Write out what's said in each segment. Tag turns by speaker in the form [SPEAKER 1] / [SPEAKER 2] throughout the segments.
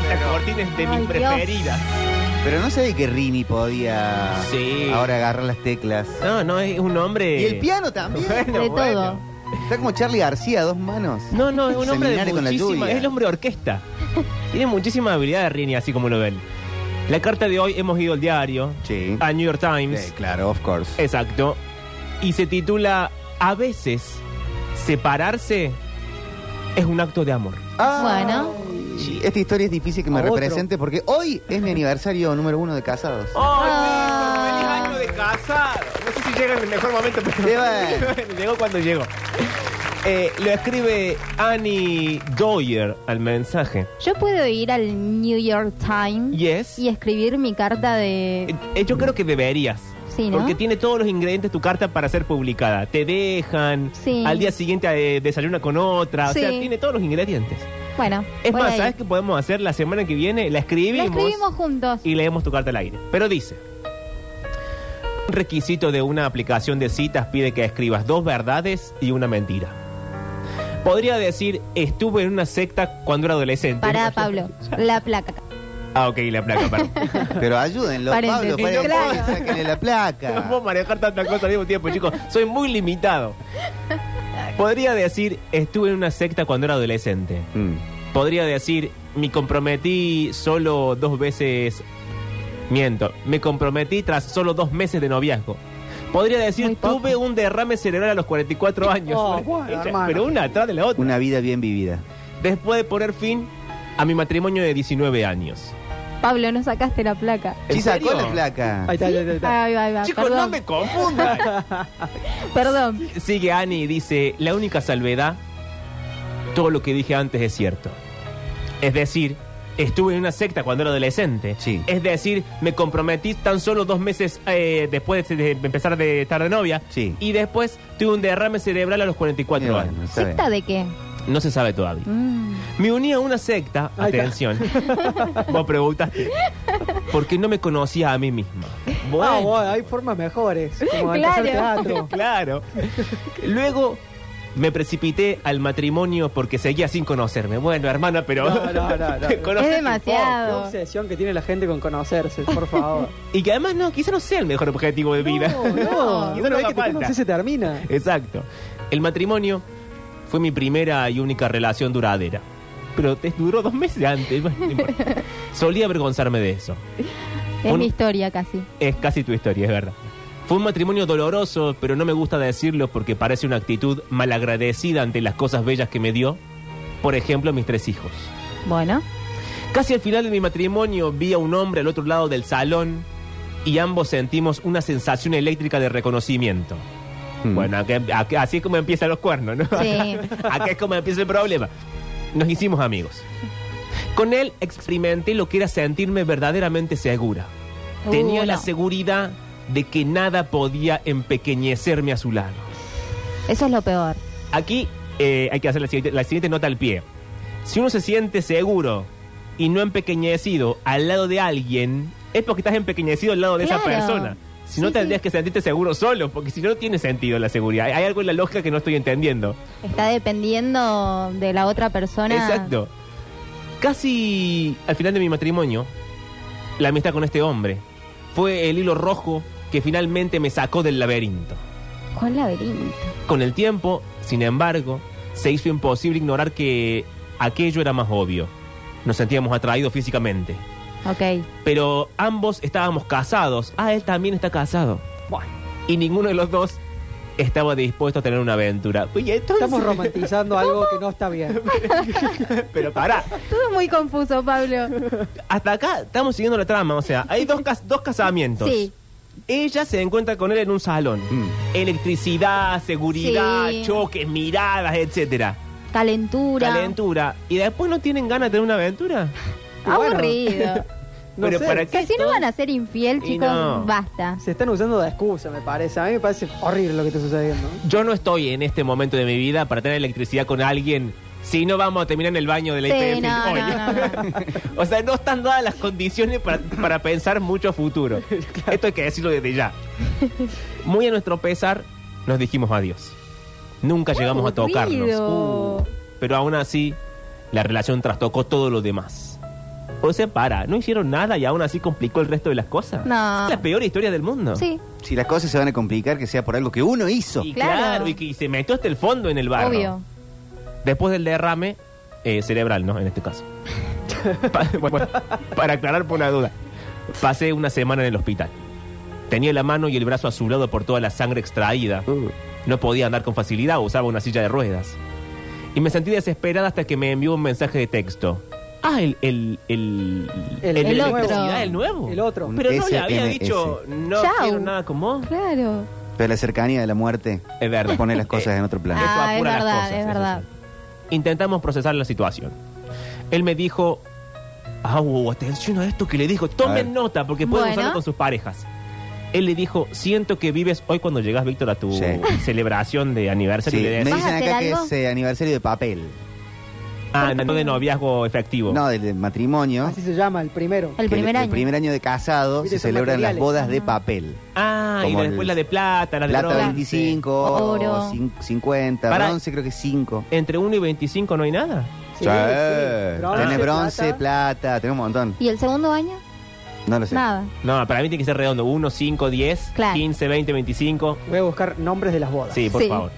[SPEAKER 1] Esta cortina es de mis
[SPEAKER 2] Ay, Dios.
[SPEAKER 1] preferidas.
[SPEAKER 3] Pero no sabía que Rini podía
[SPEAKER 1] Sí.
[SPEAKER 3] ahora agarrar las teclas.
[SPEAKER 1] No, no, es un hombre.
[SPEAKER 3] Y el piano también.
[SPEAKER 1] Bueno,
[SPEAKER 2] de
[SPEAKER 1] bueno.
[SPEAKER 2] todo.
[SPEAKER 3] Está como Charlie García, dos manos.
[SPEAKER 1] No, no, es un hombre de
[SPEAKER 3] Seminario con la
[SPEAKER 1] muchísima.
[SPEAKER 3] lluvia.
[SPEAKER 1] Es el hombre orquesta. Tiene muchísima habilidad de Rini, así como lo ven. La carta de hoy hemos ido al diario,
[SPEAKER 3] Sí.
[SPEAKER 1] a New York Times.
[SPEAKER 3] Sí, claro, of course.
[SPEAKER 1] Eh, Exacto. Y se titula A veces separarse es un acto de amor.
[SPEAKER 3] Ah,
[SPEAKER 2] Bueno.
[SPEAKER 3] sí, Esta historia es difícil que me
[SPEAKER 1] A otro.
[SPEAKER 3] represente porque hoy es mi aniversario número uno de casados.
[SPEAKER 1] ¡Oh,
[SPEAKER 2] Ah.
[SPEAKER 1] lindo! ¡Feliz año de casado! No sé si llega en el mejor momento, pero
[SPEAKER 3] Sí, bueno.
[SPEAKER 1] llegó cuando llegó. Eh, lo escribe Annie Doyer al mensaje.
[SPEAKER 2] Yo puedo ir al New York Times
[SPEAKER 1] Yes.
[SPEAKER 2] y escribir mi carta de.
[SPEAKER 1] Eh, yo creo que deberías.
[SPEAKER 2] Sí, ¿no?
[SPEAKER 1] Porque tiene todos los ingredientes tu carta para ser publicada. Te dejan,
[SPEAKER 2] Sí.
[SPEAKER 1] al día siguiente eh, desayuna con otra. O sea,
[SPEAKER 2] Sí.
[SPEAKER 1] tiene todos los ingredientes.
[SPEAKER 2] Bueno.
[SPEAKER 1] Es
[SPEAKER 2] voy
[SPEAKER 1] más,
[SPEAKER 2] ahí.
[SPEAKER 1] ¿sabes qué podemos hacer la semana que viene? La
[SPEAKER 2] La
[SPEAKER 1] escribimos,
[SPEAKER 2] escribimos juntos.
[SPEAKER 1] y leemos tu carta al aire. Pero dice, un requisito de una aplicación de citas pide que escribas dos verdades y una mentira. Podría decir, estuve en una secta cuando era adolescente.
[SPEAKER 2] Para Pablo, la placa.
[SPEAKER 1] Ah, ok, la placa, perdón.
[SPEAKER 3] Pero ayúdenlo,
[SPEAKER 2] Paréntesis,
[SPEAKER 3] Pablo, para
[SPEAKER 2] claro.
[SPEAKER 3] sáquenle la
[SPEAKER 1] No puedo
[SPEAKER 3] placa.
[SPEAKER 1] manejar tantas cosas al mismo tiempo, chicos. Soy muy limitado. Podría decir, estuve en una secta cuando era adolescente.
[SPEAKER 3] Mm.
[SPEAKER 1] Podría decir, me comprometí solo dos veces. Miento, me comprometí tras solo dos meses de noviazgo. Podría
[SPEAKER 2] Muy
[SPEAKER 1] decir,
[SPEAKER 2] poco.
[SPEAKER 1] tuve un derrame cerebral a los 44 años.
[SPEAKER 3] Oh, bueno,
[SPEAKER 1] Ella-
[SPEAKER 3] hermano.
[SPEAKER 1] pero una atrás de la otra.
[SPEAKER 3] Una vida bien vivida.
[SPEAKER 1] Después de poner fin a mi matrimonio de 19 años.
[SPEAKER 2] Pablo, no sacaste la placa.
[SPEAKER 1] ¿En
[SPEAKER 3] Sí, sacó
[SPEAKER 1] serio?
[SPEAKER 3] la placa.
[SPEAKER 4] Ahí está, ahí está, ahí está.
[SPEAKER 2] Ay, ay, ay,
[SPEAKER 1] Chicos,
[SPEAKER 2] Ah, perdón,
[SPEAKER 1] no me confundan.
[SPEAKER 2] perdón.
[SPEAKER 1] Sigue Ani y dice, la única salvedad, todo lo que dije antes es cierto. Es decir, estuve en una secta cuando era adolescente.
[SPEAKER 3] Sí.
[SPEAKER 1] Es decir, me comprometí tan solo dos meses eh, después de, de empezar de estar de novia.
[SPEAKER 3] Sí.
[SPEAKER 1] Y después tuve un derrame cerebral a los 44
[SPEAKER 3] Eh, bueno,
[SPEAKER 1] años.
[SPEAKER 3] está bien.
[SPEAKER 2] ¿Secta de qué?
[SPEAKER 1] No se sabe todavía.
[SPEAKER 2] Mm.
[SPEAKER 1] Me uní a una secta,
[SPEAKER 4] Ahí está.
[SPEAKER 1] atención, vos preguntaste, porque no me conocía a mí misma.
[SPEAKER 4] Ah, bueno, hay formas mejores. Como
[SPEAKER 2] Claro.
[SPEAKER 4] empezar teatro.
[SPEAKER 1] Claro. Luego me precipité al matrimonio porque seguía sin conocerme. Bueno, hermana, pero.
[SPEAKER 4] No, no, no, no.
[SPEAKER 1] te conoces
[SPEAKER 2] Es
[SPEAKER 1] un
[SPEAKER 2] demasiado.
[SPEAKER 4] Qué obsesión que tiene la gente con conocerse, por favor.
[SPEAKER 1] poco. Y que además, no, quizá no sea el mejor objetivo de vida.
[SPEAKER 4] No, no.
[SPEAKER 1] Quizá
[SPEAKER 4] Una
[SPEAKER 1] no haga
[SPEAKER 4] vez que te
[SPEAKER 1] falta.
[SPEAKER 4] conoces se termina.
[SPEAKER 1] Exacto. El matrimonio fue mi primera y única relación duradera. Pero te duró dos meses antes. Solía avergonzarme de eso.
[SPEAKER 2] Es
[SPEAKER 1] Un-
[SPEAKER 2] mi historia casi.
[SPEAKER 1] Es casi tu historia, es verdad. Fue un matrimonio doloroso, pero no me gusta decirlo porque parece una actitud malagradecida ante las cosas bellas que me dio. Por ejemplo, mis tres hijos.
[SPEAKER 2] Bueno,
[SPEAKER 1] Casi al final de mi matrimonio vi a un hombre al otro lado del salón y ambos sentimos una sensación eléctrica de reconocimiento.
[SPEAKER 3] Mm.
[SPEAKER 1] Bueno, acá- acá- así es como empiezan los cuernos, ¿no?
[SPEAKER 2] Sí.
[SPEAKER 1] Acá es como empieza el problema. Nos hicimos amigos. Con él experimenté lo que era sentirme verdaderamente segura. Tenía
[SPEAKER 2] Uh,
[SPEAKER 1] la
[SPEAKER 2] no.
[SPEAKER 1] seguridad de que nada podía empequeñecerme a su lado.
[SPEAKER 2] eso es lo peor.
[SPEAKER 1] Aquí eh, hay que hacer la siguiente, la siguiente nota al pie. Si uno se siente seguro y no empequeñecido al lado de alguien, es porque estás empequeñecido al lado de esa
[SPEAKER 2] Claro.
[SPEAKER 1] persona. Si no,
[SPEAKER 2] Sí,
[SPEAKER 1] tendrías
[SPEAKER 2] sí.
[SPEAKER 1] que sentirte seguro solo, porque si no, no tiene sentido la seguridad. Hay hay algo en la lógica que no estoy entendiendo.
[SPEAKER 2] Está dependiendo de la otra persona.
[SPEAKER 1] Exacto. Casi al final de mi matrimonio, la amistad con este hombre fue el hilo rojo que finalmente me sacó del laberinto.
[SPEAKER 2] ¿Cuál laberinto?
[SPEAKER 1] Con el tiempo, sin embargo, se hizo imposible ignorar que aquello era más obvio. Nos sentíamos atraídos físicamente.
[SPEAKER 2] Ok.
[SPEAKER 1] Pero ambos estábamos casados. Ah, él también está casado. Y ninguno de los dos estaba dispuesto a tener una aventura. Y entonces-
[SPEAKER 4] Estamos romantizando algo que no está bien.
[SPEAKER 1] Pero pará,
[SPEAKER 2] Todo muy confuso, Pablo.
[SPEAKER 1] hasta acá estamos siguiendo la trama. O sea, hay dos, cas- dos casamientos.
[SPEAKER 2] Sí.
[SPEAKER 1] Ella se encuentra con él en un salón.
[SPEAKER 3] Mm.
[SPEAKER 1] Electricidad, seguridad,
[SPEAKER 2] Sí.
[SPEAKER 1] choques, miradas, etcétera.
[SPEAKER 2] Calentura.
[SPEAKER 1] Calentura. Y después no tienen ganas de tener una aventura.
[SPEAKER 4] Bueno.
[SPEAKER 2] Ah, Aburrido.
[SPEAKER 4] No
[SPEAKER 1] Pero
[SPEAKER 4] sé,
[SPEAKER 1] para
[SPEAKER 2] O sea, si no van a ser infiel,
[SPEAKER 1] Y
[SPEAKER 2] chicos,
[SPEAKER 1] no.
[SPEAKER 2] basta.
[SPEAKER 4] Se están usando de excusa, me parece. A mí me parece horrible lo que está sucediendo.
[SPEAKER 1] Yo no estoy en este momento de mi vida para tener electricidad con alguien. Si no vamos a terminar en el baño de la
[SPEAKER 2] Sí,
[SPEAKER 1] IPF.
[SPEAKER 2] no,
[SPEAKER 1] hoy.
[SPEAKER 2] no, no,
[SPEAKER 1] o sea, no están dadas las condiciones para, para pensar mucho a futuro. Esto hay que decirlo desde ya. Muy a nuestro pesar, nos dijimos adiós. Nunca llegamos a tocarnos.
[SPEAKER 2] aburrido.
[SPEAKER 1] Uh, pero aún así, la relación trastocó todo lo demás. O sea, para, no hicieron nada y aún así complicó el resto de las cosas.
[SPEAKER 2] No.
[SPEAKER 1] Es la peor historia del mundo.
[SPEAKER 2] Sí,
[SPEAKER 3] Si las cosas se van a complicar, que sea por algo que uno hizo.
[SPEAKER 1] Y claro,
[SPEAKER 2] Claro.
[SPEAKER 1] y, que- y se metió hasta el fondo en el barro.
[SPEAKER 2] obvio.
[SPEAKER 1] Después del derrame eh, cerebral, ¿no? En este caso. Pa- bueno, para aclarar por la duda, pasé una semana en el hospital. Tenía la mano y el brazo azulado por toda la sangre extraída. No podía andar con facilidad, usaba una silla de ruedas. Y me sentí desesperada hasta que me envió un mensaje de texto. Ah, el... El, el,
[SPEAKER 4] El-
[SPEAKER 2] el otro.
[SPEAKER 1] electricidad, el nuevo.
[SPEAKER 4] El otro.
[SPEAKER 3] Un
[SPEAKER 1] Pero no le había
[SPEAKER 3] SMS.
[SPEAKER 1] dicho, no
[SPEAKER 2] Chau.
[SPEAKER 1] quiero nada con vos.
[SPEAKER 2] Claro.
[SPEAKER 3] Pero la cercanía de la muerte
[SPEAKER 1] Es verdad.
[SPEAKER 3] pone las
[SPEAKER 1] Eh,
[SPEAKER 3] cosas en otro plano.
[SPEAKER 1] Eso
[SPEAKER 2] Ah, es
[SPEAKER 1] apura las
[SPEAKER 2] verdad,
[SPEAKER 1] cosas,
[SPEAKER 2] es
[SPEAKER 1] eso
[SPEAKER 2] verdad.
[SPEAKER 1] sí. Intentamos procesar la situación. Él me dijo, "Au, atención a esto que le dijo,
[SPEAKER 3] A ver.
[SPEAKER 1] tomen nota porque pueden
[SPEAKER 2] Bueno.
[SPEAKER 1] usarlo con sus parejas." Él le dijo, siento que vives hoy cuando llegas, Víctor, a tu
[SPEAKER 3] Sí.
[SPEAKER 1] celebración de aniversario.
[SPEAKER 3] Sí,
[SPEAKER 1] y le
[SPEAKER 3] me
[SPEAKER 1] des-
[SPEAKER 2] ¿Vas a
[SPEAKER 3] dicen
[SPEAKER 2] hacer
[SPEAKER 3] acá que
[SPEAKER 2] algo?
[SPEAKER 3] es eh, aniversario de papel,
[SPEAKER 1] Ah, no de noviazgo efectivo.
[SPEAKER 3] no del matrimonio.
[SPEAKER 2] Ah,
[SPEAKER 4] Así se llama, el primero.
[SPEAKER 2] El
[SPEAKER 3] que
[SPEAKER 2] primer
[SPEAKER 3] El
[SPEAKER 2] año.
[SPEAKER 3] primer año de casado
[SPEAKER 4] Mire,
[SPEAKER 3] se
[SPEAKER 4] son
[SPEAKER 3] celebran las
[SPEAKER 4] materiales.
[SPEAKER 3] bodas de
[SPEAKER 2] Ajá.
[SPEAKER 3] papel.
[SPEAKER 1] Ah, y
[SPEAKER 3] Como
[SPEAKER 1] la- después
[SPEAKER 3] el-
[SPEAKER 1] la de plata, la de
[SPEAKER 3] Plata
[SPEAKER 1] bronce.
[SPEAKER 3] 25,
[SPEAKER 2] Oro.
[SPEAKER 3] cin- 50,
[SPEAKER 1] Para-
[SPEAKER 3] bronce creo que 5.
[SPEAKER 1] Entre 1 y 25 no hay nada.
[SPEAKER 4] Sí, sí. Bronce,
[SPEAKER 3] Tenés bronce,
[SPEAKER 4] plata.
[SPEAKER 3] plata, tenés un montón.
[SPEAKER 2] ¿Y el segundo año?
[SPEAKER 3] No lo sé.
[SPEAKER 2] Nada.
[SPEAKER 1] No, para mí tiene que ser redondo. 1, 5, 10,
[SPEAKER 2] Claro.
[SPEAKER 1] 15, 20, 25.
[SPEAKER 4] Voy a buscar nombres de las bodas.
[SPEAKER 1] Sí, por
[SPEAKER 2] Sí.
[SPEAKER 1] favor.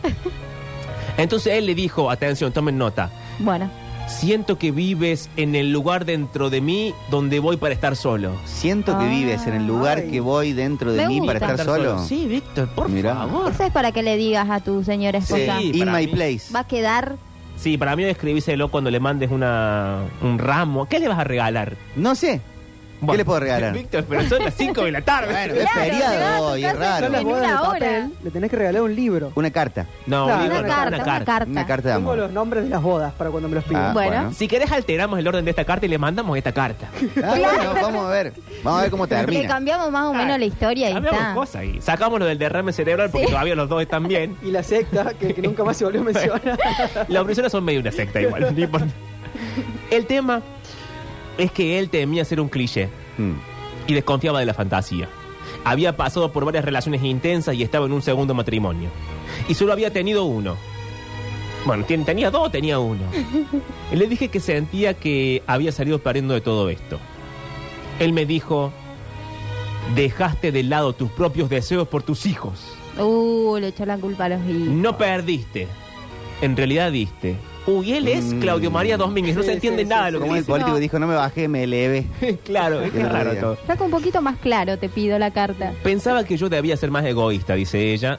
[SPEAKER 1] Entonces él le dijo, atención, tomen nota.
[SPEAKER 2] Bueno,
[SPEAKER 1] Siento que vives en el lugar dentro de mí donde voy para estar solo.
[SPEAKER 3] Siento que
[SPEAKER 2] Ah,
[SPEAKER 3] vives en el lugar
[SPEAKER 4] ay.
[SPEAKER 3] que voy dentro de
[SPEAKER 2] Me
[SPEAKER 3] mí para
[SPEAKER 2] gusta.
[SPEAKER 3] estar solo.
[SPEAKER 1] Sí, Víctor, por
[SPEAKER 3] Mirá.
[SPEAKER 1] favor.
[SPEAKER 2] eso es para que le digas a tu señora
[SPEAKER 3] Sí,
[SPEAKER 2] esposa.
[SPEAKER 1] Sí,
[SPEAKER 3] in
[SPEAKER 1] para
[SPEAKER 3] my
[SPEAKER 1] mí.
[SPEAKER 3] place.
[SPEAKER 2] Va a quedar.
[SPEAKER 1] Sí, para mí describíselo cuando le mandes una, un ramo. ¿Qué le vas a regalar?
[SPEAKER 3] No sé.
[SPEAKER 1] Bueno,
[SPEAKER 3] le puedo regalar?
[SPEAKER 1] Víctor, pero son las 5 de la tarde.
[SPEAKER 3] Bueno, es
[SPEAKER 2] Claro, llegás a tu
[SPEAKER 3] feriado hoy, es
[SPEAKER 2] casa
[SPEAKER 4] Son
[SPEAKER 3] raro.
[SPEAKER 4] las
[SPEAKER 2] En
[SPEAKER 4] bodas
[SPEAKER 2] una
[SPEAKER 4] de
[SPEAKER 2] hora.
[SPEAKER 4] papel, le tenés que regalar un libro.
[SPEAKER 3] Una carta.
[SPEAKER 1] No, digo,
[SPEAKER 2] Una
[SPEAKER 4] Claro, una
[SPEAKER 2] carta,
[SPEAKER 1] una
[SPEAKER 2] una carta.
[SPEAKER 3] Una carta de
[SPEAKER 4] Tengo los
[SPEAKER 3] amor.
[SPEAKER 4] nombres de las bodas para cuando me los
[SPEAKER 3] Ah,
[SPEAKER 4] pidan.
[SPEAKER 2] Bueno.
[SPEAKER 1] Si querés alteramos el orden de esta carta y le mandamos esta carta.
[SPEAKER 3] Ah, bueno, vamos a ver. Vamos a ver cómo
[SPEAKER 2] Le
[SPEAKER 3] termina.
[SPEAKER 2] cambiamos más o menos la historia y
[SPEAKER 1] Cambiamos
[SPEAKER 2] está.
[SPEAKER 1] cosas y sacamos lo del derrame cerebral porque todavía los dos están bien.
[SPEAKER 4] Y la secta, que, que nunca más se volvió a mencionar.
[SPEAKER 1] Las prisiones son medio una secta igual. no importa. El tema es que él temía ser un cliché
[SPEAKER 3] Mm.
[SPEAKER 1] y desconfiaba de la fantasía. Había pasado por varias relaciones intensas y estaba en un segundo matrimonio. Y solo había tenido uno. Bueno, tien- tenía dos, tenía uno. Y le dije que sentía que había salido perdiendo de todo esto. Él me dijo, dejaste de lado tus propios deseos por tus hijos.
[SPEAKER 2] Uh, le echó la culpa a los hijos.
[SPEAKER 4] Ah.
[SPEAKER 1] No perdiste. En realidad diste. Uy, él es
[SPEAKER 3] Mm.
[SPEAKER 1] Claudio María Domínguez. No se
[SPEAKER 4] Sí,
[SPEAKER 1] entiende
[SPEAKER 4] sí,
[SPEAKER 1] nada
[SPEAKER 4] sí,
[SPEAKER 1] lo que
[SPEAKER 3] Como el
[SPEAKER 1] dice.
[SPEAKER 3] político
[SPEAKER 2] No.
[SPEAKER 3] dijo, no me bajé, me eleve.
[SPEAKER 1] Claro, es que es
[SPEAKER 3] Qué
[SPEAKER 1] raro
[SPEAKER 3] rabia.
[SPEAKER 1] todo.
[SPEAKER 2] Saca un poquito más claro, te pido la carta.
[SPEAKER 1] Pensaba que yo debía ser más egoísta, dice ella,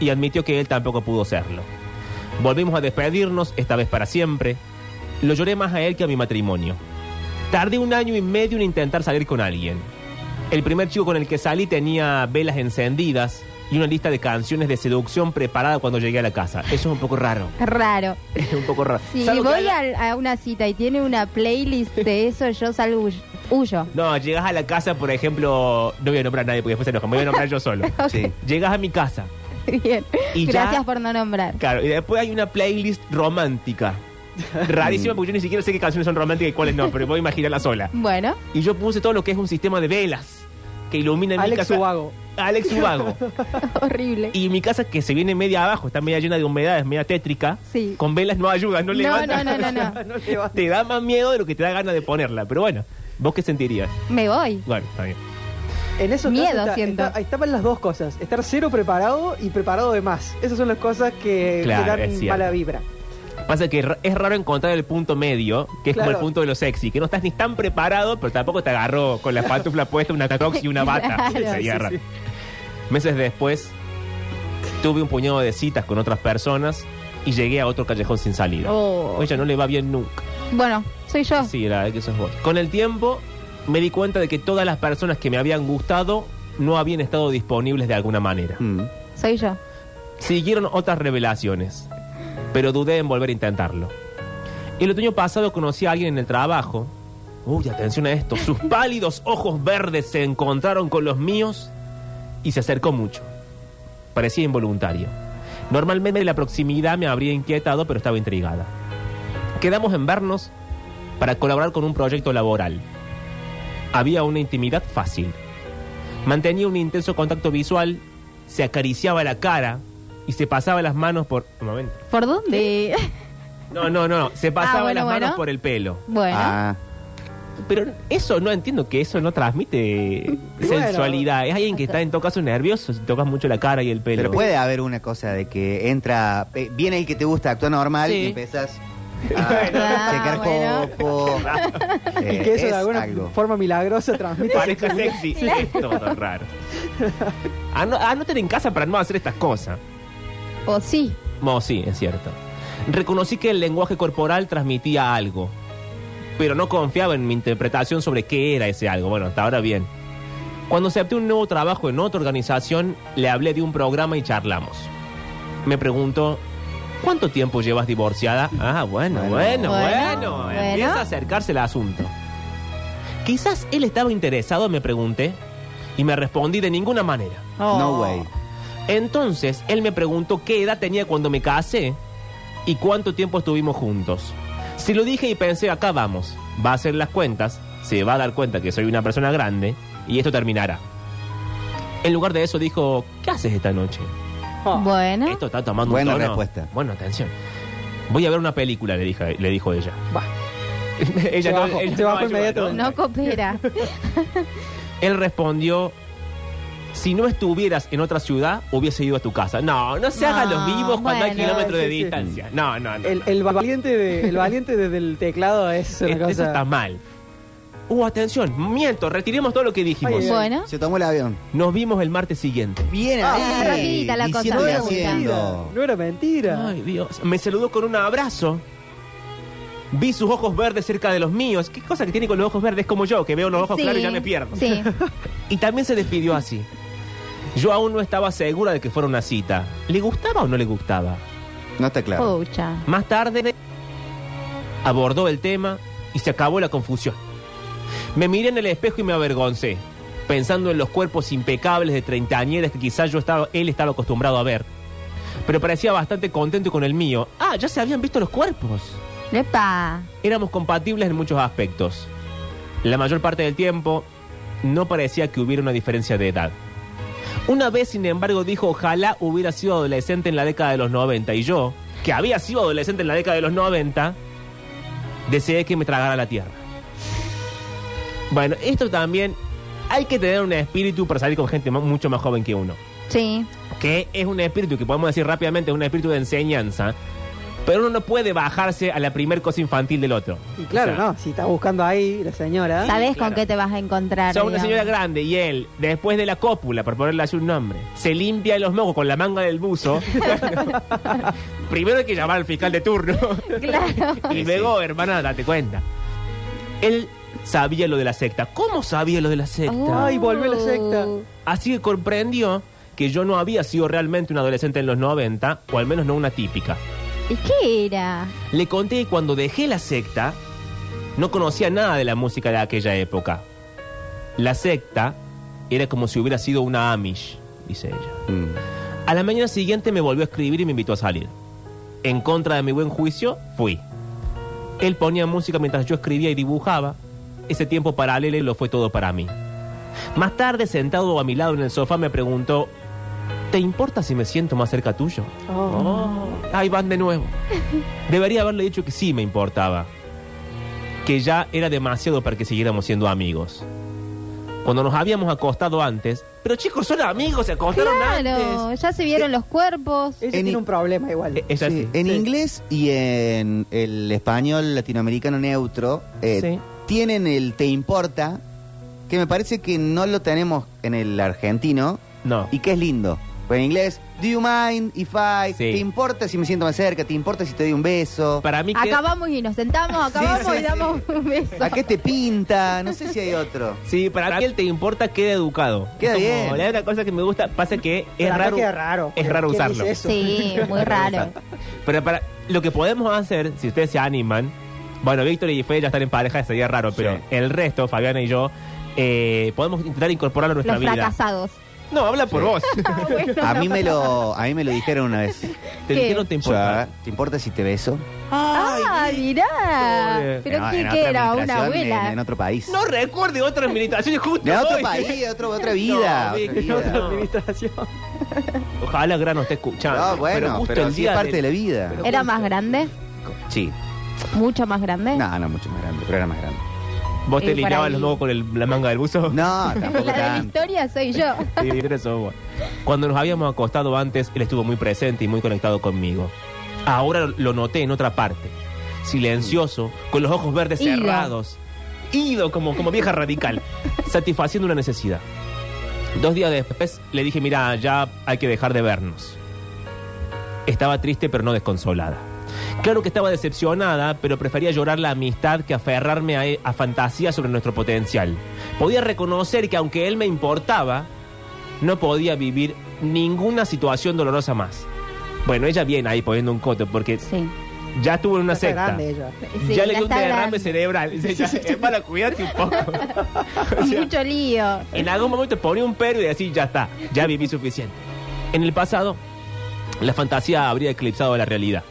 [SPEAKER 1] y admitió que él tampoco pudo serlo. Volvimos a despedirnos, esta vez para siempre. Lo lloré más a él que a mi matrimonio. Tardé un año y medio en intentar salir con alguien. El primer chico con el que salí tenía velas encendidas y una lista de canciones de seducción preparada cuando llegué a la casa. Eso es un poco raro.
[SPEAKER 2] Raro.
[SPEAKER 1] Es un poco raro.
[SPEAKER 2] Si
[SPEAKER 1] Salvo que
[SPEAKER 2] voy
[SPEAKER 1] haga-
[SPEAKER 2] al- a, una cita y tiene una playlist de eso, yo salgo huy- huyo.
[SPEAKER 1] No, llegas a la casa, por ejemplo, no voy a nombrar a nadie porque después se enoja, me voy a nombrar yo solo.
[SPEAKER 3] Sí.
[SPEAKER 1] Llegas a mi casa,
[SPEAKER 2] Bien.
[SPEAKER 1] Y ya-
[SPEAKER 2] Gracias por no nombrar.
[SPEAKER 1] claro, y después hay una playlist romántica. Rarísima porque yo ni siquiera sé qué canciones son románticas y cuáles no, pero voy a imaginarla sola.
[SPEAKER 2] Bueno,
[SPEAKER 1] Y yo puse todo lo que es un sistema de velas que ilumina mi
[SPEAKER 4] Alex
[SPEAKER 1] casa.
[SPEAKER 4] Ubago.
[SPEAKER 1] Alex Ubago.
[SPEAKER 2] horrible.
[SPEAKER 1] Y mi casa que se viene media abajo, está media llena de humedades, media tétrica.
[SPEAKER 2] Sí.
[SPEAKER 1] Con velas no ayuda, no
[SPEAKER 2] No,
[SPEAKER 1] levanta.
[SPEAKER 2] no, no, no, no.
[SPEAKER 4] No le va.
[SPEAKER 1] Te da más miedo de lo que te da ganas de ponerla. Pero bueno, ¿vos qué sentirías?
[SPEAKER 2] Me voy.
[SPEAKER 1] Bueno, está bien.
[SPEAKER 4] En esos
[SPEAKER 2] Miedo
[SPEAKER 4] casos está-
[SPEAKER 2] siento.
[SPEAKER 4] está- ahí estaban las dos cosas. Estar cero preparado y preparado de más. Esas son las cosas que, que
[SPEAKER 1] Claro, es
[SPEAKER 4] dan
[SPEAKER 1] cierto.
[SPEAKER 4] mala vibra.
[SPEAKER 1] Pasa que ra- es raro encontrar el punto medio, que es como
[SPEAKER 4] Claro.
[SPEAKER 1] el punto de lo sexy, que no estás ni tan preparado, pero tampoco te agarró con las pantuflas puestas, una crocs y una bata.
[SPEAKER 2] Claro.
[SPEAKER 1] Sería
[SPEAKER 4] Sí,
[SPEAKER 1] raro.
[SPEAKER 4] sí.
[SPEAKER 1] Meses después, Tuve un puñado de citas con otras personas y llegué a otro callejón sin salida.
[SPEAKER 2] Oh. Ah.
[SPEAKER 1] Ella no le va bien nunca.
[SPEAKER 2] Bueno, soy yo.
[SPEAKER 1] Sí, la verdad que eso es vos. Con el tiempo me di cuenta de que todas las personas que me habían gustado no habían estado disponibles de alguna manera.
[SPEAKER 3] Mm.
[SPEAKER 2] Soy yo.
[SPEAKER 1] Siguieron otras revelaciones, pero dudé en volver a intentarlo. El otoño pasado conocí a alguien en el trabajo. Uy, atención a esto. Sus pálidos ojos verdes se encontraron con los míos y se acercó mucho. Parecía involuntario. Normalmente la proximidad me habría inquietado, pero estaba intrigada. Quedamos en vernos para colaborar con un proyecto laboral. Había una intimidad fácil. Mantenía un intenso contacto visual, se acariciaba la cara y se pasaba las manos por... Un momento.
[SPEAKER 2] ¿Por dónde?
[SPEAKER 1] No, no, no, no. Se pasaba
[SPEAKER 2] Ah, bueno,
[SPEAKER 1] las manos
[SPEAKER 2] bueno.
[SPEAKER 1] por el pelo.
[SPEAKER 2] Bueno.
[SPEAKER 3] Ah,
[SPEAKER 1] Pero eso no entiendo que eso no transmite
[SPEAKER 4] Y bueno.
[SPEAKER 1] sensualidad. Es alguien que está en todo caso nervioso si tocas mucho la cara y el pelo.
[SPEAKER 3] pero puede haber una cosa de que entra, eh, viene el que te gusta, actúa normal
[SPEAKER 1] Sí.
[SPEAKER 3] y empezás a
[SPEAKER 2] Ah,
[SPEAKER 3] checar
[SPEAKER 2] bueno.
[SPEAKER 3] copo. Eh,
[SPEAKER 4] Y que eso
[SPEAKER 3] es
[SPEAKER 4] de alguna
[SPEAKER 3] algo.
[SPEAKER 4] forma milagrosa transmite.
[SPEAKER 1] Parezca sexy. Es todo raro. Ano- Anoten en casa para no hacer estas cosas.
[SPEAKER 2] O sí.
[SPEAKER 1] No, sí, es cierto. Reconocí que el lenguaje corporal transmitía algo, pero no confiaba en mi interpretación sobre qué era ese algo. Bueno, hasta ahora bien. Cuando acepté un nuevo trabajo en otra organización, le hablé de un programa y charlamos. Me preguntó, ¿cuánto tiempo llevas divorciada? Ah, bueno, bueno, bueno.
[SPEAKER 3] Bueno.
[SPEAKER 2] Bueno,
[SPEAKER 1] Empieza
[SPEAKER 2] bueno.
[SPEAKER 1] a acercarse el asunto. Quizás él estaba interesado, me pregunté, y me respondí de ninguna manera.
[SPEAKER 3] No way.
[SPEAKER 1] Entonces, él me preguntó qué edad tenía cuando me casé y cuánto tiempo estuvimos juntos. Se lo dije y pensé, acá vamos, va a hacer las cuentas, se va a dar cuenta que soy una persona grande y esto terminará. En lugar de eso dijo, ¿qué haces esta noche?
[SPEAKER 4] Oh.
[SPEAKER 2] Bueno.
[SPEAKER 1] Esto está tomando
[SPEAKER 3] Buena
[SPEAKER 1] un tono.
[SPEAKER 3] respuesta.
[SPEAKER 1] Bueno, atención. Voy a ver una película, le, dije- le dijo ella.
[SPEAKER 4] Bah.
[SPEAKER 1] ella
[SPEAKER 4] Se bajó, se bajó
[SPEAKER 1] ayuda,
[SPEAKER 4] inmediatamente.
[SPEAKER 2] No coopera.
[SPEAKER 1] él respondió, si no estuvieras en otra ciudad, hubiese ido a tu casa. No, no se hagan
[SPEAKER 2] No,
[SPEAKER 1] los vivos cuando hay
[SPEAKER 2] bueno.
[SPEAKER 1] kilómetros de
[SPEAKER 4] Sí, sí.
[SPEAKER 1] distancia. No, no, no.
[SPEAKER 4] El,
[SPEAKER 1] no.
[SPEAKER 4] el valiente de- el valiente desde el teclado es una
[SPEAKER 1] Es-
[SPEAKER 4] cosa.
[SPEAKER 1] Eso está mal. Uh, atención, miento, retiremos todo lo que dijimos.
[SPEAKER 4] Ay, ay.
[SPEAKER 2] bueno.
[SPEAKER 3] Se tomó el avión.
[SPEAKER 1] Nos vimos el martes siguiente.
[SPEAKER 3] Viene
[SPEAKER 4] Ah,
[SPEAKER 3] ahí.
[SPEAKER 2] rapidita la cosa,
[SPEAKER 3] diciendo y
[SPEAKER 2] rapidita.
[SPEAKER 3] haciendo.
[SPEAKER 4] No era mentira.
[SPEAKER 1] Ay, Dios. Me saludó con un abrazo. Vi sus ojos verdes cerca de los míos. ¿Qué cosa que tiene con los ojos verdes? Es como yo, que veo los ojos
[SPEAKER 2] Sí.
[SPEAKER 1] claros y ya me pierdo.
[SPEAKER 2] Sí.
[SPEAKER 1] Y también se despidió así. Yo aún no estaba segura de que fuera una cita. ¿Le gustaba o no le gustaba?
[SPEAKER 3] No está claro.
[SPEAKER 2] Pucha.
[SPEAKER 1] Más tarde abordó el tema y se acabó la confusión. Me miré en el espejo y me avergoncé, pensando en los cuerpos impecables de treintañeras que quizás yo estaba, él estaba acostumbrado a ver. Pero parecía bastante contento con el mío. Ah, ya se habían visto los cuerpos.
[SPEAKER 2] Epa.
[SPEAKER 1] Éramos compatibles en muchos aspectos. La mayor parte del tiempo no parecía que hubiera una diferencia de edad. Una vez, sin embargo, dijo ojalá hubiera sido adolescente en la década de los 90 y yo, que había sido adolescente en la década de los 90, deseé que me tragara la tierra. Bueno, esto también hay que tener un espíritu para salir con gente ma- mucho más joven que uno
[SPEAKER 2] Sí.
[SPEAKER 1] que es un espíritu que podemos decir rápidamente, es un espíritu de enseñanza, pero uno no puede bajarse a la primer cosa infantil del otro.
[SPEAKER 4] Y claro,
[SPEAKER 1] O sea,
[SPEAKER 4] no, si está buscando ahí la señora.
[SPEAKER 2] Sabes
[SPEAKER 1] Ah, claro.
[SPEAKER 2] con qué te vas a encontrar.
[SPEAKER 1] O sea, una
[SPEAKER 2] digamos.
[SPEAKER 1] señora grande y él, después de la cópula, por ponerle así un nombre, se limpia los mocos con la manga del buzo. Primero hay que llamar al fiscal de turno.
[SPEAKER 2] Claro.
[SPEAKER 1] Y luego, hermana, date cuenta. Él sabía lo de la secta. ¿Cómo sabía lo de la secta?
[SPEAKER 4] Ay, volvió la secta.
[SPEAKER 2] Uh.
[SPEAKER 1] Así que comprendió que yo no había sido realmente un adolescente en los 90, o al menos no una típica.
[SPEAKER 2] ¿Y qué era?
[SPEAKER 1] Le conté que cuando dejé la secta, no conocía nada de la música de aquella época. La secta era como si hubiera sido una Amish, dice ella.
[SPEAKER 3] Mm.
[SPEAKER 1] A la mañana siguiente me volvió a escribir y me invitó a salir. En contra de mi buen juicio, fui. Él ponía música mientras yo escribía y dibujaba. Ese tiempo paralelo lo fue todo para mí. Más tarde, sentado a mi lado en el sofá, me preguntó, ¿te importa si me siento más cerca tuyo? Oh, ahí van de nuevo. Debería haberle dicho que sí me importaba. Que ya era demasiado para que siguiéramos siendo amigos. Cuando nos habíamos acostado antes. Pero chicos, son amigos, se acostaron
[SPEAKER 2] Claro.
[SPEAKER 1] antes.
[SPEAKER 2] Ya se vieron los cuerpos.
[SPEAKER 4] Ella
[SPEAKER 3] En-
[SPEAKER 4] tiene un problema igual.
[SPEAKER 1] Eh, ella
[SPEAKER 3] Sí,
[SPEAKER 1] sí.
[SPEAKER 3] En inglés y en el español latinoamericano neutro eh,
[SPEAKER 1] Sí.
[SPEAKER 3] tienen el te importa, que me parece que no lo tenemos en el argentino
[SPEAKER 1] No.
[SPEAKER 3] y que es lindo. Pues en inglés, do you mind if I...
[SPEAKER 1] Sí.
[SPEAKER 3] ¿Te importa si me siento más cerca? ¿Te importa si te doy un beso?
[SPEAKER 1] Para mí que...
[SPEAKER 2] Acabamos y nos sentamos, acabamos
[SPEAKER 3] sí,
[SPEAKER 2] y
[SPEAKER 3] sí.
[SPEAKER 2] damos un beso.
[SPEAKER 3] ¿A qué te pinta? No sé si hay otro.
[SPEAKER 1] Sí, para mí el te importa queda educado.
[SPEAKER 3] Queda
[SPEAKER 1] Es como,
[SPEAKER 3] bien.
[SPEAKER 1] La otra cosa que me gusta, pasa que es
[SPEAKER 4] Pero acá
[SPEAKER 1] raro,
[SPEAKER 4] queda raro.
[SPEAKER 1] es raro
[SPEAKER 4] ¿Quién dice
[SPEAKER 1] usarlo.
[SPEAKER 4] eso?
[SPEAKER 2] Sí, muy raro.
[SPEAKER 1] Pero para lo que podemos hacer, si ustedes se animan, bueno, Víctor y Fede ya están en pareja, sería raro, pero
[SPEAKER 3] Sí.
[SPEAKER 1] el resto, Fabiana y yo, eh, podemos intentar incorporarlo a nuestra
[SPEAKER 2] Los
[SPEAKER 1] vida.
[SPEAKER 2] fracasados.
[SPEAKER 1] No, habla por vos.
[SPEAKER 2] Ah, bueno,
[SPEAKER 3] A
[SPEAKER 2] no.
[SPEAKER 3] mí me lo, a mí me lo dijeron una vez.
[SPEAKER 1] te
[SPEAKER 2] ¿Qué?
[SPEAKER 1] dijeron te importa.
[SPEAKER 3] Ya, ¿Te importa si te beso?
[SPEAKER 2] Ah, mirá.
[SPEAKER 1] Víctor.
[SPEAKER 2] Pero
[SPEAKER 3] En-
[SPEAKER 2] ¿qué
[SPEAKER 3] en
[SPEAKER 2] que
[SPEAKER 3] otra
[SPEAKER 2] era? ¿Una
[SPEAKER 3] administración, eh, En, en
[SPEAKER 2] abuela?
[SPEAKER 3] otro país.
[SPEAKER 1] No recuerde otra administración, justo
[SPEAKER 3] de otro
[SPEAKER 1] hoy.
[SPEAKER 3] país, otro, otra vida.
[SPEAKER 1] No,
[SPEAKER 3] otra
[SPEAKER 1] Vicky,
[SPEAKER 3] vida.
[SPEAKER 4] Otra
[SPEAKER 1] No.
[SPEAKER 4] administración.
[SPEAKER 1] Ojalá Gran no esté escuchando.
[SPEAKER 3] No, bueno,
[SPEAKER 1] justo
[SPEAKER 3] pero,
[SPEAKER 1] el
[SPEAKER 3] sí
[SPEAKER 1] día
[SPEAKER 3] es parte
[SPEAKER 1] del-
[SPEAKER 3] de la vida.
[SPEAKER 1] Pero-
[SPEAKER 2] ¿Era más grande?
[SPEAKER 3] Sí.
[SPEAKER 2] ¿Mucho más grande?
[SPEAKER 3] No, no, mucho más grande, pero era más grande.
[SPEAKER 1] ¿Vos
[SPEAKER 2] Eh,
[SPEAKER 1] te
[SPEAKER 2] por
[SPEAKER 1] lineabas
[SPEAKER 2] ahí.
[SPEAKER 1] los nuevos con el- la manga del buzo?
[SPEAKER 3] No, tampoco
[SPEAKER 2] La de la
[SPEAKER 3] tanto.
[SPEAKER 2] historia soy yo.
[SPEAKER 1] Sí, tenés razón, vos. Cuando nos habíamos acostado antes, él estuvo muy presente y muy conectado conmigo. Ahora lo noté en otra parte. Silencioso, con los ojos verdes
[SPEAKER 2] Ido.
[SPEAKER 1] cerrados. Ido como, como vieja radical. satisfaciendo una necesidad. Dos días después le dije, mira, ya hay que dejar de vernos. Estaba triste pero no desconsolada. Claro que estaba decepcionada, pero prefería llorar la amistad que aferrarme a, e- a fantasías sobre nuestro potencial. Podía reconocer que aunque él me importaba, no podía vivir ninguna situación dolorosa más. Bueno, ella bien ahí poniendo un coto, porque
[SPEAKER 2] Sí.
[SPEAKER 1] ya estuvo en una
[SPEAKER 4] Está
[SPEAKER 1] secta.
[SPEAKER 4] grande ella.
[SPEAKER 2] Sí,
[SPEAKER 1] ya le dio un
[SPEAKER 2] está
[SPEAKER 1] derrame
[SPEAKER 2] grande.
[SPEAKER 1] cerebral. Dice, ya, es para cuidarte un poco. O sea,
[SPEAKER 2] Mucho lío.
[SPEAKER 1] en algún momento ponía un pero y decir, ya está, ya viví suficiente. En el pasado, la fantasía habría eclipsado la realidad.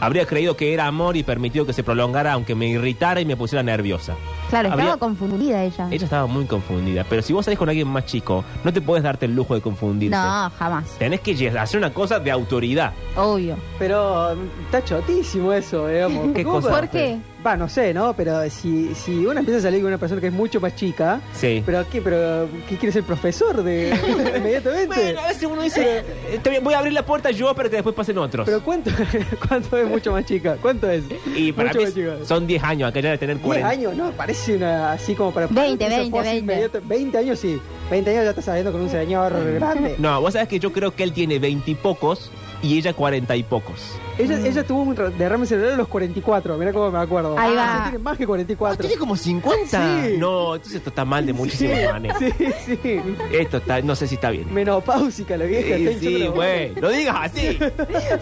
[SPEAKER 1] Habría creído que era amor y permitido que se prolongara aunque me irritara y me pusiera nerviosa.
[SPEAKER 2] Claro, estaba
[SPEAKER 1] Habría-
[SPEAKER 2] confundida ella.
[SPEAKER 1] Ella estaba muy confundida, pero si vos salís con alguien más chico, no te puedes darte el lujo de confundirte.
[SPEAKER 2] No, jamás.
[SPEAKER 1] Tenés que lle- hacer una cosa de autoridad.
[SPEAKER 2] Obvio.
[SPEAKER 4] Pero mm, está chotísimo eso, digamos.
[SPEAKER 1] ¿Qué
[SPEAKER 4] ¿Cómo
[SPEAKER 1] cosa?
[SPEAKER 4] puede-
[SPEAKER 2] ¿Por qué?
[SPEAKER 4] Va, no sé, ¿no? Pero si, si uno empieza a salir con una persona que es mucho más chica,
[SPEAKER 1] Sí.
[SPEAKER 4] ¿pero qué? ¿Pero qué quiere ser profesor de inmediatamente?
[SPEAKER 1] Bueno, a veces uno dice, "Eh, está bien, voy a abrir la puerta yo para que después pasen otros.
[SPEAKER 4] ¿Pero cuánto, cuánto es mucho más chica? ¿Cuánto es?
[SPEAKER 1] y para
[SPEAKER 4] mucho
[SPEAKER 1] mí
[SPEAKER 4] más chica.
[SPEAKER 1] son 10 años, acá ya de tener
[SPEAKER 4] 10
[SPEAKER 1] 40.
[SPEAKER 4] años, ¿no? Parece una, así como para...
[SPEAKER 2] 20,
[SPEAKER 4] esa
[SPEAKER 2] 20,
[SPEAKER 4] pose
[SPEAKER 2] 20.
[SPEAKER 4] inmediata. 20 años sí. 20 años ya estás saliendo con un señor grande.
[SPEAKER 1] No, vos sabés que yo creo que él tiene veintipocos y, ella cuarenta y pocos.
[SPEAKER 4] Ella, ella tuvo un ra- derrame cerebral a los 44, mira cómo me acuerdo.
[SPEAKER 2] Ahí
[SPEAKER 4] O
[SPEAKER 2] va. Ah,
[SPEAKER 4] sea, tiene más que 44.
[SPEAKER 1] como 50?
[SPEAKER 4] Sí.
[SPEAKER 1] No, entonces esto está mal de muchísimas maneras.
[SPEAKER 4] Sí, sí.
[SPEAKER 1] Esto está, no sé si está bien.
[SPEAKER 4] Menopáusica la vieja. está
[SPEAKER 1] Sí,
[SPEAKER 4] hinchando
[SPEAKER 1] sí,
[SPEAKER 4] la boca.
[SPEAKER 1] güey, no digas así.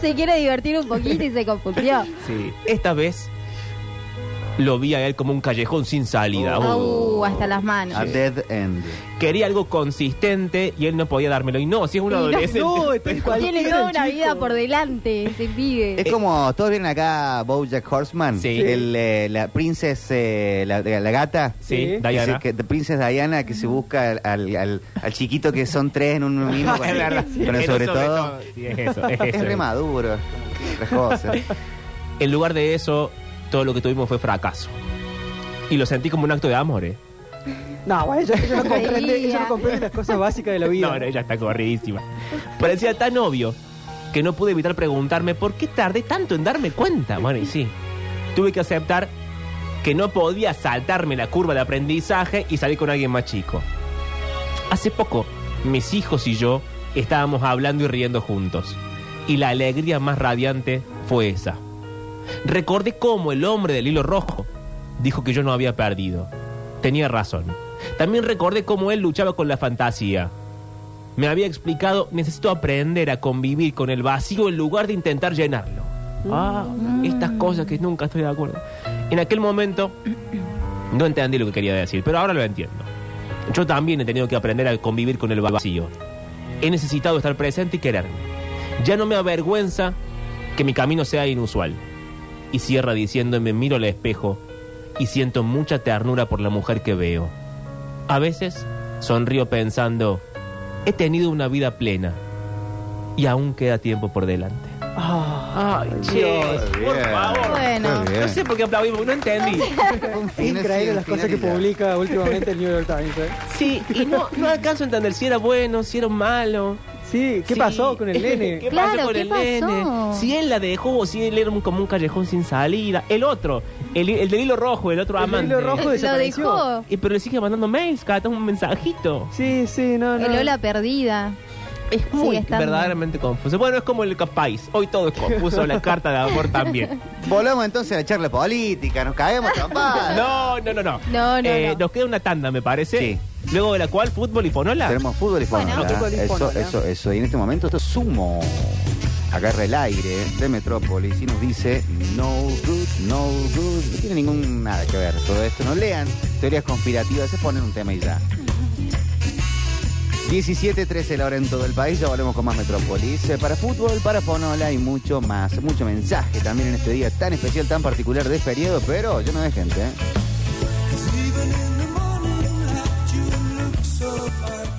[SPEAKER 2] Se quiere divertir un poquito y se confundió.
[SPEAKER 1] Sí, esta vez lo vi a él como un callejón sin salida.
[SPEAKER 3] Oh.
[SPEAKER 2] Au, hasta las manos.
[SPEAKER 3] A dead end.
[SPEAKER 1] Quería algo consistente y él no podía dármelo. Y no, si es un
[SPEAKER 2] Y no,
[SPEAKER 1] adolescente.
[SPEAKER 4] No, está en
[SPEAKER 2] Tiene
[SPEAKER 4] cualquiera,
[SPEAKER 2] toda una
[SPEAKER 4] chico.
[SPEAKER 2] vida por delante, ese pibe.
[SPEAKER 3] Es como, todos vienen acá Bojack Horseman,
[SPEAKER 1] Eh, Sí.
[SPEAKER 3] el, eh, la princess, eh, la, la gata.
[SPEAKER 1] Sí,
[SPEAKER 4] Sí.
[SPEAKER 3] Que
[SPEAKER 1] Diana.
[SPEAKER 3] se- que- de Princess Diana que se busca al, al- al- al chiquito que son tres en un mismo. con
[SPEAKER 1] Es
[SPEAKER 3] el-
[SPEAKER 1] verdad.
[SPEAKER 3] con el
[SPEAKER 1] Pero
[SPEAKER 3] sobre todo.
[SPEAKER 1] Sí, es eso, es
[SPEAKER 3] Es
[SPEAKER 1] eso.
[SPEAKER 3] re maduro. Otras cosas.
[SPEAKER 1] En lugar de eso, todo lo que tuvimos fue fracaso. Y lo sentí como un acto de amor, ¿eh?
[SPEAKER 4] No, bueno, ella, ella no
[SPEAKER 2] Reía.
[SPEAKER 4] comprende, ella no comprende las cosas básicas de la vida.
[SPEAKER 1] No, no, ella está corridísima. Parecía tan obvio que no pude evitar preguntarme por qué tardé tanto en darme cuenta. Bueno, y sí. Tuve que aceptar que no podía saltarme la curva de aprendizaje y salir con alguien más chico. Hace poco, mis hijos y yo estábamos hablando y riendo juntos. Y la alegría más radiante fue esa. Recordé cómo el hombre del hilo rojo dijo que yo no había perdido. Tenía razón. También recordé cómo él luchaba con la fantasía. Me había explicado, necesito aprender a convivir con el vacío en lugar de intentar llenarlo. Ah, estas cosas que nunca estoy de acuerdo. En aquel momento no entendí lo que quería decir, pero ahora lo entiendo. Yo también he tenido que aprender a convivir con el vacío. He necesitado estar presente y quererme. Ya no me avergüenza que mi camino sea inusual. Y cierra diciendo, me miro al espejo y siento mucha ternura por la mujer que veo. A veces sonrío pensando, he tenido una vida plena y aún queda tiempo por delante.
[SPEAKER 4] Ah,
[SPEAKER 1] Ay, Dios, por
[SPEAKER 3] Bien.
[SPEAKER 1] favor.
[SPEAKER 2] Bueno.
[SPEAKER 3] Muy bien.
[SPEAKER 1] No sé por qué aplaudimos, no entendí.
[SPEAKER 4] Increíble las cosas que publica últimamente el New York Times. ¿eh?
[SPEAKER 1] Sí, y no, no alcanzo a entender si era bueno, si era malo.
[SPEAKER 4] Sí, ¿qué
[SPEAKER 1] Sí.
[SPEAKER 4] pasó con el
[SPEAKER 1] ¿Qué
[SPEAKER 4] nene?
[SPEAKER 2] Claro,
[SPEAKER 1] pasó con
[SPEAKER 2] ¿qué
[SPEAKER 1] el
[SPEAKER 2] pasó?
[SPEAKER 1] nene? Si él la dejó o si él era un- como un callejón sin salida. El otro, el, el del hilo rojo, el otro
[SPEAKER 4] El del
[SPEAKER 1] amante.
[SPEAKER 4] hilo rojo.
[SPEAKER 2] Lo
[SPEAKER 4] desapareció.
[SPEAKER 2] dejó.
[SPEAKER 1] Y, pero le sigue mandando mails, cada tanto un mensajito.
[SPEAKER 4] Sí, sí, no, no.
[SPEAKER 2] El Ola perdida.
[SPEAKER 1] Es muy
[SPEAKER 2] estando.
[SPEAKER 1] verdaderamente confuso. Bueno, es como el país. Hoy todo es confuso. la carta de amor también.
[SPEAKER 3] Volvamos entonces a la charla política, nos caemos trompadas.
[SPEAKER 1] No, no, no, no.
[SPEAKER 2] No, no, no.
[SPEAKER 1] Eh, Nos queda una tanda, me parece.
[SPEAKER 3] Sí.
[SPEAKER 1] Luego de la cual, fútbol y fonola.
[SPEAKER 3] Tenemos fútbol y
[SPEAKER 2] Bueno.
[SPEAKER 3] fórmula.
[SPEAKER 4] Fútbol y
[SPEAKER 3] eso,
[SPEAKER 4] fórmula.
[SPEAKER 3] eso, eso. Y en este momento esto es sumo. Agarra el aire de Metrópolis y nos dice no good, no good. No tiene ningún nada que ver todo esto. No lean teorías conspirativas, se ponen un tema y ya. 17.13 la hora en todo el país, ya volvemos con más Metrópolis. eh, Para fútbol, para fonola y mucho más. Mucho mensaje también en este día tan especial, tan particular de feriado, pero yo no de gente, ¿eh?
[SPEAKER 5] Cause even in the morning light, you look so fine.